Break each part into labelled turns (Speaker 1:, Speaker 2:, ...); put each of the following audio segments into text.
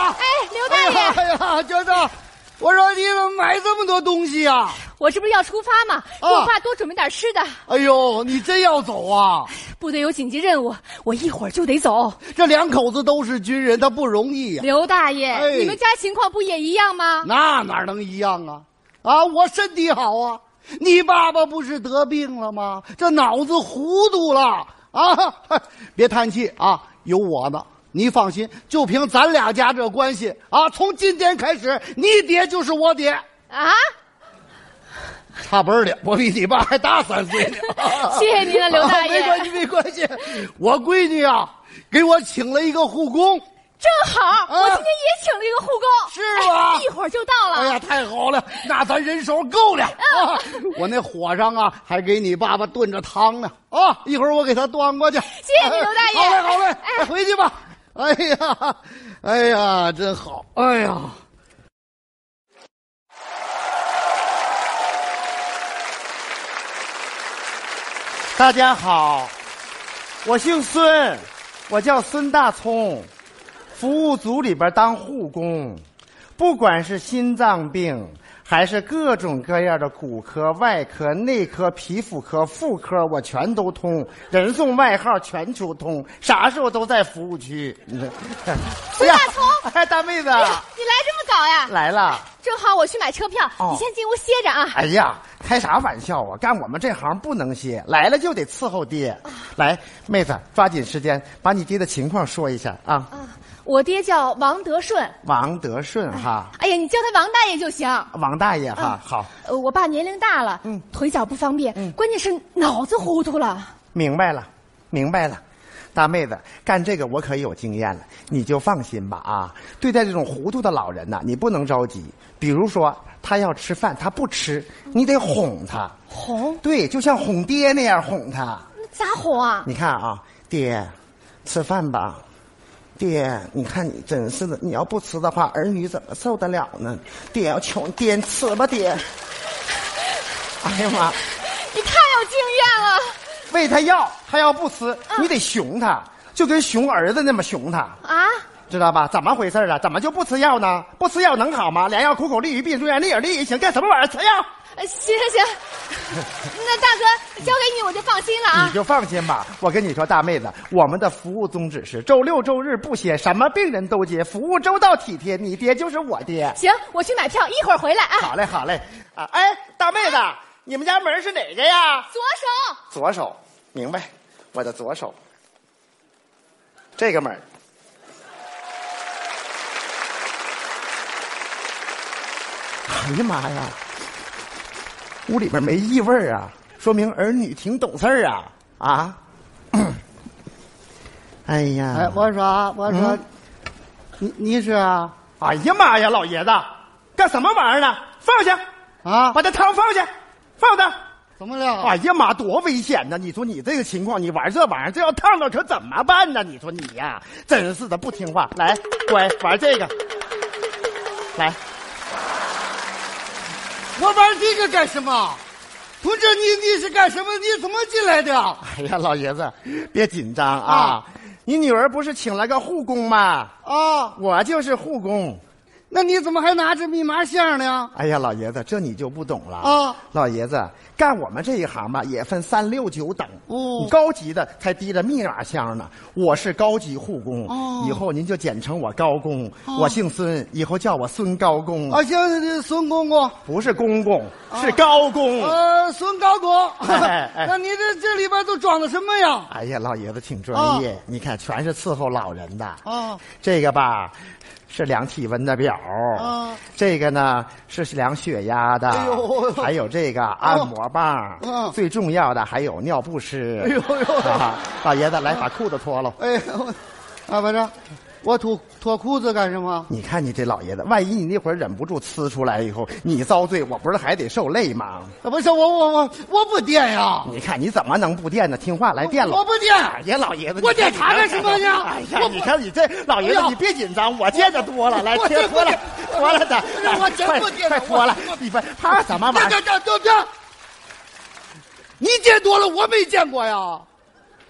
Speaker 1: 头大爷，
Speaker 2: 哎呀，娟子，我说你怎么买这么多东西啊？
Speaker 1: 我这不是要出发吗？
Speaker 2: 啊
Speaker 1: 我怕多准备点吃的，
Speaker 2: 哎呦，你真要走啊？
Speaker 1: 部队有紧急任务，我一会儿就得走。
Speaker 2: 这两口子都是军人，他不容易呀、
Speaker 1: 刘大爷，
Speaker 2: 哎
Speaker 1: 你们家情况不也一样吗？
Speaker 2: 那哪能一样啊？啊，我身体好啊，你爸爸不是得病了吗？这脑子糊涂了啊！ 别叹气啊，有我呢。你放心，就凭咱俩家这关系啊，从今天开始，你爹就是我爹，
Speaker 1: 啊，
Speaker 2: 差辈儿的，我比你爸还大三岁呢。 啊
Speaker 1: 谢谢您了，刘大 爷
Speaker 2: 没，关系，没关系。我闺女啊，给我请了一个护工。
Speaker 1: 啊正好我今天也请了一个护工，
Speaker 2: 啊是吗
Speaker 1: 哎一会儿就到了。
Speaker 2: 哎呀，太好了，那咱人手够了
Speaker 1: 嗯
Speaker 2: 啊！我那火上啊，还给你爸爸炖着汤呢啊！一会儿我给他端过去。谢
Speaker 1: 谢你刘大爷
Speaker 2: 好嘞，好嘞，哎回去吧。哎呀，哎呀，真好！哎呀，
Speaker 3: 大家好，我姓孙，我叫孙大聪，服务组里边当护工，不管是心脏病，还是各种各样的骨科、外科、内科、皮肤科、妇科，我全都通，人送外号“全球通”，啥时候都在服务区。 孙
Speaker 1: 孙大聪，
Speaker 3: 哎，大妹子
Speaker 1: 哎呀你来这么早呀？
Speaker 3: 来了。
Speaker 1: 正好我去买车票，
Speaker 3: 哦
Speaker 1: 你先进屋歇着啊。
Speaker 3: 哎呀，开啥玩笑啊！干我们这行不能歇，来了就得伺候爹。来，妹子，抓紧时间把你爹的情况说一下啊。
Speaker 1: 啊，我爹叫王德顺，
Speaker 3: 王德顺哈，
Speaker 1: 哎呀，你叫他王大爷就行。
Speaker 3: 王大爷哈
Speaker 1: 嗯，
Speaker 3: 好，
Speaker 1: 呃，我爸年龄大了，
Speaker 3: 嗯
Speaker 1: 腿脚不方便，
Speaker 2: 嗯
Speaker 1: 关键是脑子糊涂了。
Speaker 3: 明白了，明白了。大妹子，干这个我可有经验了，你就放心吧啊！对待这种糊涂的老人呐、你不能着急。比如说，他要吃饭，他不吃，你得哄他。
Speaker 1: 哄？
Speaker 3: 对，就像哄爹那样哄他。
Speaker 1: 那咋哄啊？
Speaker 3: 你看啊，爹，吃饭吧。爹，你看你真是的，你要不吃的话，儿女怎么受得了呢？爹，我求你爹，你吃吧，爹。 哎呀妈，
Speaker 1: 你太有经验了。
Speaker 3: 喂他药，他要不吃，你得熊他，就跟熊儿子那么熊他，
Speaker 1: 啊，
Speaker 3: 知道吧？怎么回事啊？怎么就不吃药呢？不吃药能好吗？良药苦口利于病，忠言逆耳利于行，干什么玩意儿？吃药。
Speaker 1: 呃行行 行，那大哥交给你我就放心了
Speaker 3: 你
Speaker 1: 啊。
Speaker 3: 就放心吧，我跟你说，大妹子，我们的服务宗旨是周六周日不歇，什么病人都接，服务周到体贴。你爹就是我爹。
Speaker 1: 行，我去买票，一会儿回来啊。
Speaker 3: 好嘞，好嘞。啊，哎，大妹子，你们家门是哪个呀？
Speaker 1: 左手，
Speaker 3: 左手，明白，我的左手，这个门儿。 哎呀妈呀，屋里边没异味儿啊，说明儿女挺懂事儿啊啊！哎啊呀，嗯
Speaker 2: 哎，我说，我说，你你是啊？
Speaker 3: 哎呀妈呀，老爷子，干什么玩意儿呢？放下，
Speaker 2: 啊
Speaker 3: 把这汤放下，放下。
Speaker 2: 怎么了？
Speaker 3: 哎呀妈，多危险呐！你说你这个情况，你玩这玩意儿，这要烫着可怎么办呢？你说你呀、真是的，不听话。来，乖，玩这个。来，
Speaker 2: 我玩这个干什么？同志，你你是干什么？你怎么进来的？
Speaker 3: 哎呀，老爷子，别紧张啊。
Speaker 2: 啊
Speaker 3: 你女儿不是请了个护工吗？
Speaker 2: 啊，
Speaker 3: 我就是护工。
Speaker 2: 那你怎么还拿着密码箱呢？
Speaker 3: 哎呀，老爷子，这你就不懂了
Speaker 2: 啊！
Speaker 3: 老爷子，干我们这一行吧，也分三六九等。
Speaker 2: 哦
Speaker 3: 你高级的才提着密码箱呢，我是高级护工。
Speaker 2: 哦
Speaker 3: 以后您就简称我高工。我姓孙，以后叫我孙高工。
Speaker 2: 啊，行，行行孙公公，
Speaker 3: 不是公公，
Speaker 2: 哦
Speaker 3: 是高工。
Speaker 2: 呃，孙高公，
Speaker 3: 嗯哎 哎
Speaker 2: 那你这这里边都装的什么呀？
Speaker 3: 哎呀，老爷子挺专业，
Speaker 2: 哦
Speaker 3: 你看全是伺候老人的。
Speaker 2: 哦，
Speaker 3: 这个吧，是量体温的表。
Speaker 2: 哦
Speaker 3: 这个呢是量血压的。
Speaker 2: 哎呦
Speaker 3: 还有这个按摩棒。
Speaker 2: 嗯
Speaker 3: 最重要的还有尿不湿。
Speaker 2: 哎呦哎呦
Speaker 3: 啊老爷子来把裤子脱了。
Speaker 2: 哎， 我啊，不是，我脱脱裤子干什么？
Speaker 3: 你看你这老爷子，万一你那会儿忍不住呲出来以后，你遭罪，我不是还得受累吗？
Speaker 2: 啊不是我我我我不垫呀，
Speaker 3: 你看你怎么能不垫呢？听话，来垫了。
Speaker 2: 我不
Speaker 3: 哎
Speaker 2: 垫。
Speaker 3: 呀，老爷子，
Speaker 2: 我
Speaker 3: 你看
Speaker 2: 检查
Speaker 3: 你
Speaker 2: 干什么呀
Speaker 3: 哎呀
Speaker 2: 我，
Speaker 3: 你看你这老爷子
Speaker 2: 哎，呀
Speaker 3: 你别紧张，我见得多了，来，
Speaker 2: 我
Speaker 3: 贴脱了，脱了的，
Speaker 2: 不是
Speaker 3: 来
Speaker 2: 我真
Speaker 3: 快
Speaker 2: 不见
Speaker 3: 快
Speaker 2: 得
Speaker 3: 脱
Speaker 2: 我
Speaker 3: 了，你们怕什么玩意
Speaker 2: 这
Speaker 3: 儿？
Speaker 2: 这这这这，你见多了，我没见过呀。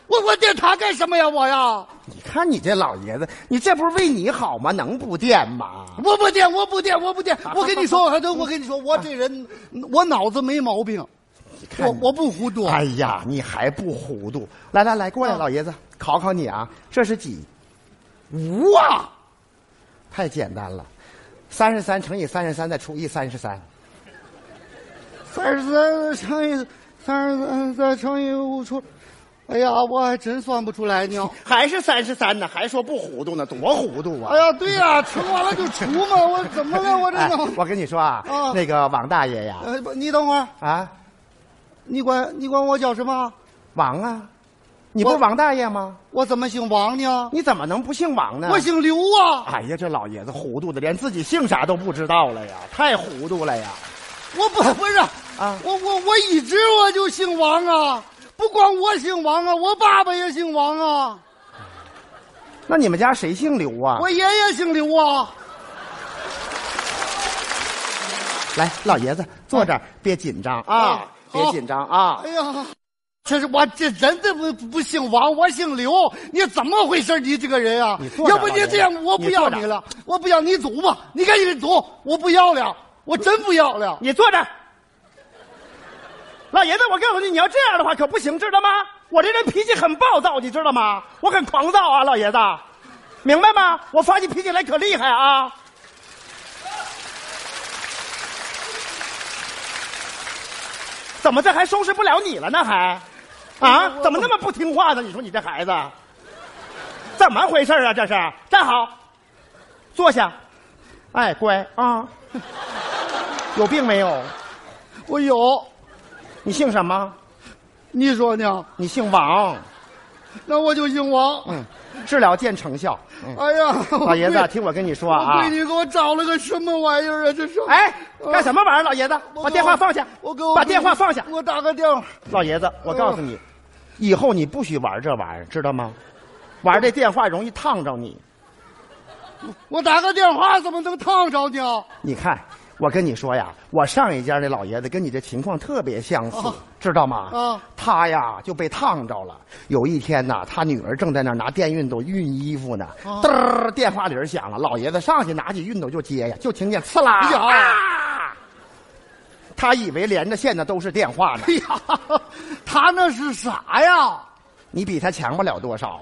Speaker 2: 我我垫他干什么呀？我呀，
Speaker 3: 你看你这老爷子，你这不是为你好吗？能不垫吗？
Speaker 2: 我不垫，我不垫，我不垫。我跟你说，我还真，我跟你说，我这人，我脑子没毛病，
Speaker 3: 看
Speaker 2: 我
Speaker 3: 你
Speaker 2: 我不糊涂。
Speaker 3: 哎呀，你还不糊涂？来来来，过来，
Speaker 2: 啊
Speaker 3: 老爷子，考考你啊，这是几？
Speaker 2: 无啊，
Speaker 3: 太简单了，三十三乘以三十三再除以三十三，
Speaker 2: 三十三乘以三十三再乘以五除，哎呀，我还真算不出来呢。
Speaker 3: 还是三十三呢？还说不糊涂呢？多糊涂啊！
Speaker 2: 哎呀，对呀、除完了就除嘛，我怎么了？我这
Speaker 3: 哎
Speaker 2: 脑子……
Speaker 3: 我跟你说啊，
Speaker 2: 啊
Speaker 3: 那个王大爷呀，
Speaker 2: 呃，不，你等会儿，
Speaker 3: 啊，
Speaker 2: 你管你管我叫什么？
Speaker 3: 王啊，你不
Speaker 2: 我
Speaker 3: 是王大爷吗？
Speaker 2: 我怎么姓王呢？
Speaker 3: 你怎么能不姓王呢？
Speaker 2: 我姓刘啊！
Speaker 3: 哎呀，这老爷子糊涂的，连自己姓啥都不知道了呀，太糊涂了呀！
Speaker 2: 我不不是
Speaker 3: 啊
Speaker 2: 我我我一直我就姓王啊，不光我姓王啊，我爸爸也姓王啊，
Speaker 3: 那你们家谁姓刘啊？
Speaker 2: 我爷爷姓刘啊。
Speaker 3: 来，老爷子坐这儿，别紧张啊
Speaker 2: 啊，
Speaker 3: 别
Speaker 2: 好
Speaker 3: 紧张啊
Speaker 2: 哎。呀，这是我这人怎么不姓王？我姓刘，你怎么回事？你这个人啊
Speaker 3: 你坐，着
Speaker 2: 要不你这样
Speaker 3: 老
Speaker 2: 我不
Speaker 3: 爷，子
Speaker 2: 要
Speaker 3: 你
Speaker 2: 你
Speaker 3: 坐着
Speaker 2: 了，我不要你走吧，你赶紧走，我不要了，我真不要了。
Speaker 3: 你坐这儿。老爷子，我告诉你，你要这样的话可不行，知道吗？我这人脾气很暴躁，你知道吗？我很狂躁啊，老爷子，明白吗？我发起脾气来可厉害啊！怎么这还收拾不了你了呢？还，啊？怎么那么不听话呢？你说你这孩子，怎么回事啊？这是站好，坐下，哎，乖啊，有病没有？
Speaker 2: 我有，
Speaker 3: 你姓什么？
Speaker 2: 哎你说呢？
Speaker 3: 你姓王。
Speaker 2: 那我就姓王。
Speaker 3: 嗯，治疗见成效。嗯，
Speaker 2: 哎呀，
Speaker 3: 老爷子
Speaker 2: 我，闺
Speaker 3: 听我跟你说
Speaker 2: 我
Speaker 3: 啊
Speaker 2: 闺，女给我找了个什么玩意儿啊？这是
Speaker 3: 哎，干什么玩意儿？老爷子，
Speaker 2: 我
Speaker 3: 把电话放下，
Speaker 2: 我给我
Speaker 3: 把
Speaker 2: 闺
Speaker 3: 电话放下。
Speaker 2: 我打个电话。
Speaker 3: 老爷子，我告诉
Speaker 2: 嗯
Speaker 3: 你，以后你不许玩这玩意儿，知道吗？玩这电话容易烫着你。
Speaker 2: 我打个电话怎么能烫着呢？
Speaker 3: 你看，我跟你说呀，我上一家那老爷子跟你这情况特别相似，
Speaker 2: 哦
Speaker 3: 知道吗？
Speaker 2: 嗯
Speaker 3: 他呀就被烫着了。有一天呐，他女儿正在那儿拿电熨斗熨衣服呢，
Speaker 2: 哦
Speaker 3: 嘚儿电话铃儿响了，老爷子上去拿起熨斗就接呀，就听见刺啦
Speaker 2: 哎呀
Speaker 3: 啊！他以为连着线的都是电话呢
Speaker 2: 哎，呀，他那是啥呀？
Speaker 3: 你比他强不了多少。
Speaker 2: 哦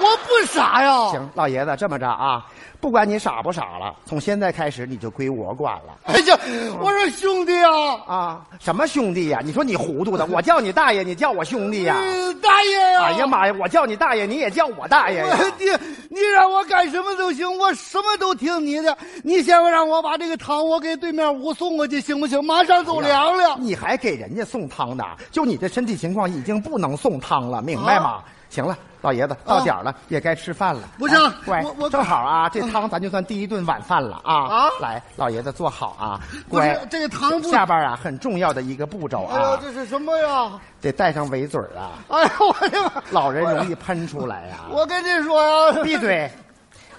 Speaker 2: 我不傻呀。
Speaker 3: 行，老爷子这么着啊，不管你傻不傻了，从现在开始你就归我管了。
Speaker 2: 哎 呀，我说兄弟啊，
Speaker 3: 啊，什么兄弟呀、你说你糊涂的，我叫你大爷，你叫我兄弟呀、
Speaker 2: 嗯大爷呀、
Speaker 3: 哎呀妈呀，我叫你大爷，你也叫我大爷呀、
Speaker 2: 我 你你让我干什么都行，我什么都听你的。你先让我把这个糖我给对面屋送过去，行不行？马上
Speaker 3: 哎
Speaker 2: 走凉了。
Speaker 3: 你还给人家送汤的？就你这身体情况，已经不能送汤了，明白吗？行了，老爷子，到点儿了，也该吃饭了。
Speaker 2: 啊不是
Speaker 3: 哎乖，
Speaker 2: 我我嗯
Speaker 3: 正好啊，这汤咱就算第一顿晚饭了啊。
Speaker 2: 啊
Speaker 3: 来，老爷子坐好啊，
Speaker 2: 不
Speaker 3: 乖
Speaker 2: 是。这个糖不
Speaker 3: 下边啊，很重要的一个步骤
Speaker 2: 哎呀
Speaker 3: 啊，，
Speaker 2: 这是什么呀？
Speaker 3: 得带上围嘴儿啊，
Speaker 2: 哎呀，我的妈！
Speaker 3: 老人容易喷出来 啊呀、
Speaker 2: 我跟你说呀、
Speaker 3: 闭嘴！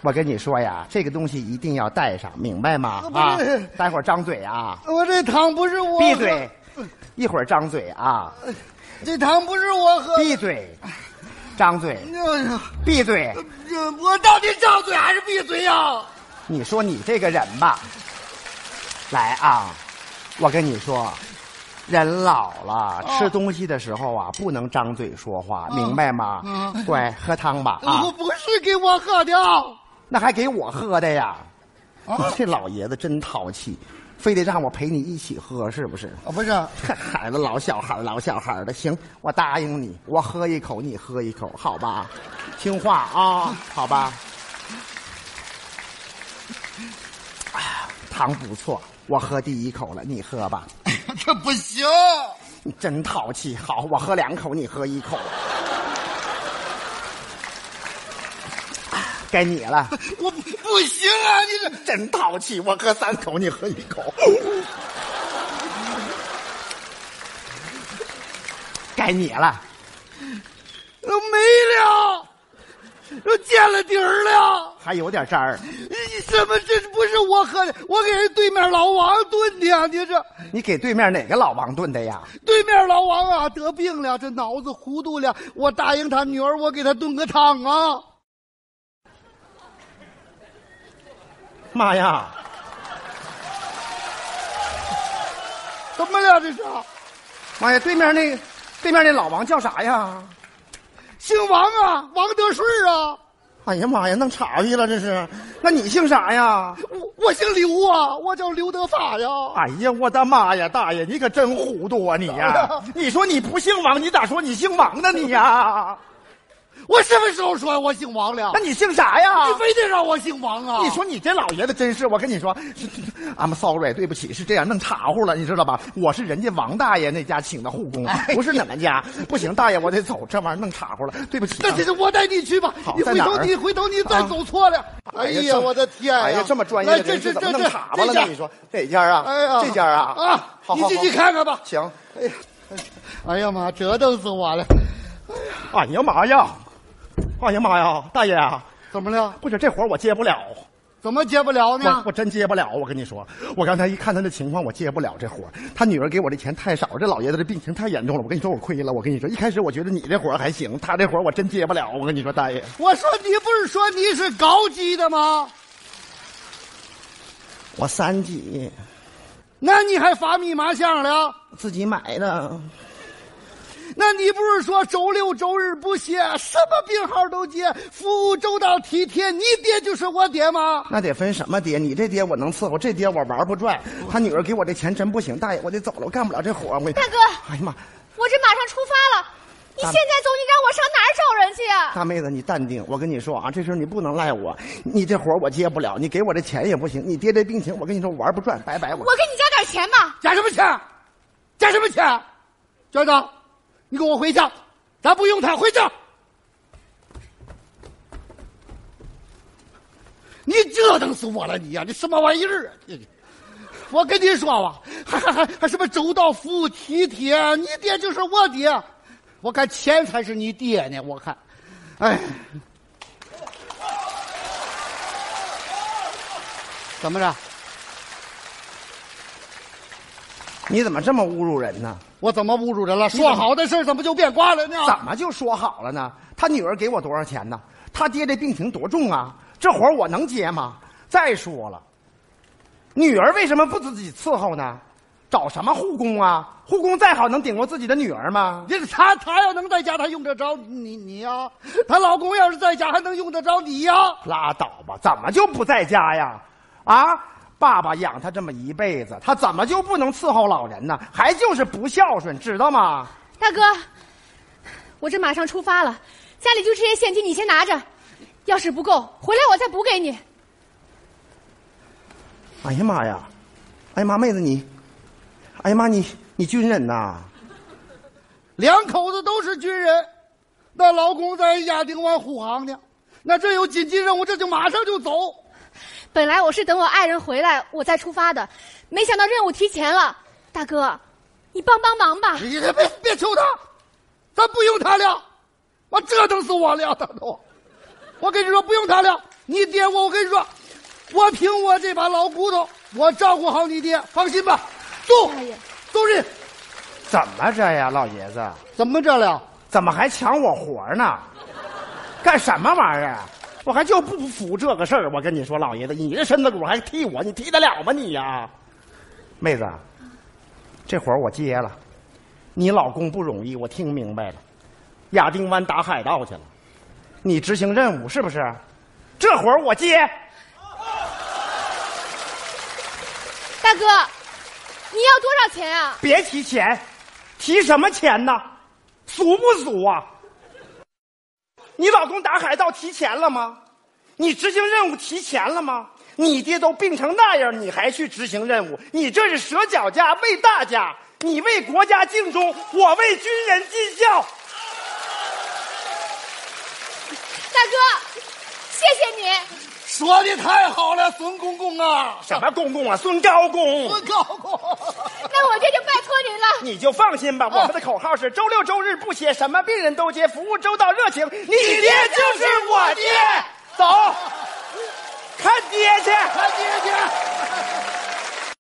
Speaker 3: 我跟你说呀，这个东西一定要带上，明白吗？啊
Speaker 2: 哦不是，
Speaker 3: 待会儿张嘴啊，
Speaker 2: 我这糖不是我
Speaker 3: 闭
Speaker 2: 喝
Speaker 3: 嘴！一会儿张嘴啊，
Speaker 2: 这糖不是我喝 的。
Speaker 3: 闭嘴！张嘴，
Speaker 2: 哎呀，
Speaker 3: 闭嘴！
Speaker 2: 这我到底张嘴还是闭嘴呀、
Speaker 3: 你说你这个人吧，来啊，我跟你说，人老了，
Speaker 2: 哦
Speaker 3: 吃东西的时候啊，不能张嘴说话，明白吗？
Speaker 2: 嗯哦
Speaker 3: 乖，喝汤吧啊
Speaker 2: 我！不是给我喝的。
Speaker 3: 那还给我喝的呀？
Speaker 2: 啊
Speaker 3: 你这老爷子真淘气，非得让我陪你一起喝，是不是？
Speaker 2: 啊，不是，
Speaker 3: 孩子老小孩儿老小孩儿的，行，我答应你，我喝一口，你喝一口，好吧？听话啊、好吧？哎糖不错，我喝第一口了，你喝吧。
Speaker 2: 这不行。
Speaker 3: 你真淘气，好，我喝两口，你喝一口。哎该你了，
Speaker 2: 我不不行啊！你这
Speaker 3: 真淘气，我喝三口，你喝一口。该你了。
Speaker 2: 都没了，又见了底儿了。
Speaker 3: 还有点渣儿。
Speaker 2: 你怎么这不是我喝的？我给人对面老王炖的呀！你这
Speaker 3: 你给对面哪个老王炖的呀？
Speaker 2: 对面老王啊，得病了，这脑子糊涂了。我答应他女儿，我给他炖个汤啊。
Speaker 3: 妈呀，
Speaker 2: 怎么了？这是
Speaker 3: 妈呀，对面那对面那老王叫啥呀？
Speaker 2: 姓王啊，王德顺啊。
Speaker 3: 哎呀妈呀，弄岔去了这是。那你姓啥呀？
Speaker 2: 我我姓刘啊，我叫刘德发呀。
Speaker 3: 哎呀，我的妈呀，大爷，你可真糊涂啊你 呀、你说你不姓王，你咋说你姓王呢你呀、
Speaker 2: 我什么时候说我姓王了
Speaker 3: 那？哎你姓啥呀？
Speaker 2: 你非得让我姓王啊？
Speaker 3: 你说你这老爷子真是，我跟你说是是，I'm sorry，对不起，是这样弄岔乎了，你知道吧？我是人家王大爷那家请的护工，不是你们家。不行，大爷，我得走，这玩意儿弄岔乎了，对不起、啊
Speaker 2: 那这我带你去吧
Speaker 3: 好。
Speaker 2: 你回
Speaker 3: 在
Speaker 2: 头
Speaker 3: 哪儿啊
Speaker 2: 你回头你再走错了。哎
Speaker 3: 哎呀
Speaker 2: 呀，
Speaker 3: 这
Speaker 2: 我的天呀！
Speaker 3: 哎呀，这么专业
Speaker 2: 来
Speaker 3: 的
Speaker 2: 这
Speaker 3: 人
Speaker 2: 是
Speaker 3: 是
Speaker 2: 这
Speaker 3: 怎
Speaker 2: 这
Speaker 3: 么弄岔巴
Speaker 2: 这
Speaker 3: 了
Speaker 2: 家
Speaker 3: 呢？你说哪家啊？
Speaker 2: 哎呀，
Speaker 3: 这家啊？
Speaker 2: 啊，
Speaker 3: 好好好，
Speaker 2: 你进去看看吧。
Speaker 3: 行。
Speaker 2: 哎呀妈，折腾死我了！
Speaker 3: 哎呀妈呀！哎呀妈呀！大爷啊，
Speaker 2: 怎么了？
Speaker 3: 不是这活儿我接不了，
Speaker 2: 怎么接不了
Speaker 3: 我
Speaker 2: 呢？
Speaker 3: 我真接不了。我跟你说，我刚才一看他的情况，我接不了这活儿。他女儿给我这钱太少，这老爷子这病情太严重了。我跟你说，我亏了。我跟你说，一开始我觉得你这活儿还行，他这活儿我真接不了。我跟你说，大爷，
Speaker 2: 我说你不是说你是高级的吗？
Speaker 3: 我三级
Speaker 2: 那你还发密麻将了？
Speaker 3: 自己买的，
Speaker 2: 那你不是说周六周日不歇，什么病号都接，服务周到体贴？你爹就是我爹吗？
Speaker 3: 那得分什么爹？你这爹我能伺候，这爹我玩不转。他女儿给我这钱真不行，大爷，我得走了，我干不了这活儿。我
Speaker 1: 大哥
Speaker 3: 哎呀妈，
Speaker 1: 我这马上出发了，你现在走，你让我上哪儿找人去啊？
Speaker 3: 大妹子，你淡定，我跟你说啊，这事儿你不能赖我，你这活儿我接不了，你给我这钱也不行，你爹这病情，我跟你说我玩不转，拜拜我。
Speaker 1: 我给你加点钱吧。
Speaker 2: 加什么钱？加什么钱？娟子，你给我回家，咱不用他，回家。你折腾死我了，你呀、你什么玩意儿啊？你我跟你说吧，还还还还什么周到服务体贴，啊你爹就是我爹，我看钱才是你爹呢，我看，哎，怎么着？
Speaker 3: 你怎么这么侮辱人呢？
Speaker 2: 我怎么侮辱人了？说好的事儿怎么就变卦了呢？
Speaker 3: 怎么就说好了呢？他女儿给我多少钱呢？他爹这病情多重啊？这活儿我能接吗？再说了，女儿为什么不自己伺候呢？找什么护工啊？护工再好能顶过自己的女儿吗？
Speaker 2: 这个她她要能在家，她用得着你你呀、她老公要是在家，还能用得着你呀、
Speaker 3: 拉倒吧，怎么就不在家呀？啊，爸爸养他这么一辈子，他怎么就不能伺候老人呢？还就是不孝顺，知道吗？
Speaker 1: 大哥，我这马上出发了，家里就这些现金，你先拿着，要是不够，回来我再补给你。
Speaker 3: 哎呀妈呀！哎呀妈，妹子你，哎呀妈你你军人呐？
Speaker 2: 两口子都是军人，那老公在亚丁湾护航呢，那这有紧急任务，这就马上就走。
Speaker 1: 本来我是等我爱人回来我再出发的，没想到任务提前了。大哥，你帮帮忙吧。
Speaker 2: 你别别别求他，咱不用他了，我折腾死我了，他都。我跟你说，不用他了，你爹我我跟你说，我凭我这把老骨头，我照顾好你爹，放心吧。走
Speaker 1: 大爷，
Speaker 2: 走人。
Speaker 3: 怎么着呀，老爷子？
Speaker 2: 怎么着了？
Speaker 3: 怎么还抢我活儿呢？干什么玩意儿？啊我还就不服这个事儿。我跟你说，老爷子，你这身子骨还替我，你替得了吗你呀、妹子，啊这活儿我接了。你老公不容易，我听明白了。亚丁湾打海盗去了，你执行任务是不是？这活儿我接。
Speaker 1: 大哥，你要多少钱啊？
Speaker 3: 别提钱，提什么钱呢？俗不俗啊？你老公打海盗提钱了吗？你执行任务提钱了吗？你爹都病成那样，你还去执行任务？你这是舍小家为大家，你为国家尽忠，我为军人尽孝。
Speaker 1: 大哥，谢谢你。
Speaker 2: 说的太好了，孙公公啊，
Speaker 3: 什么公公啊，孙高公，
Speaker 2: 孙高公，
Speaker 1: 那我这就拜托您了。
Speaker 3: 你就放心吧。我们的口号是周六周日不歇，什么病人都接，服务周到热情。你爹就是我爹，走，看爹去。
Speaker 2: 看爹去。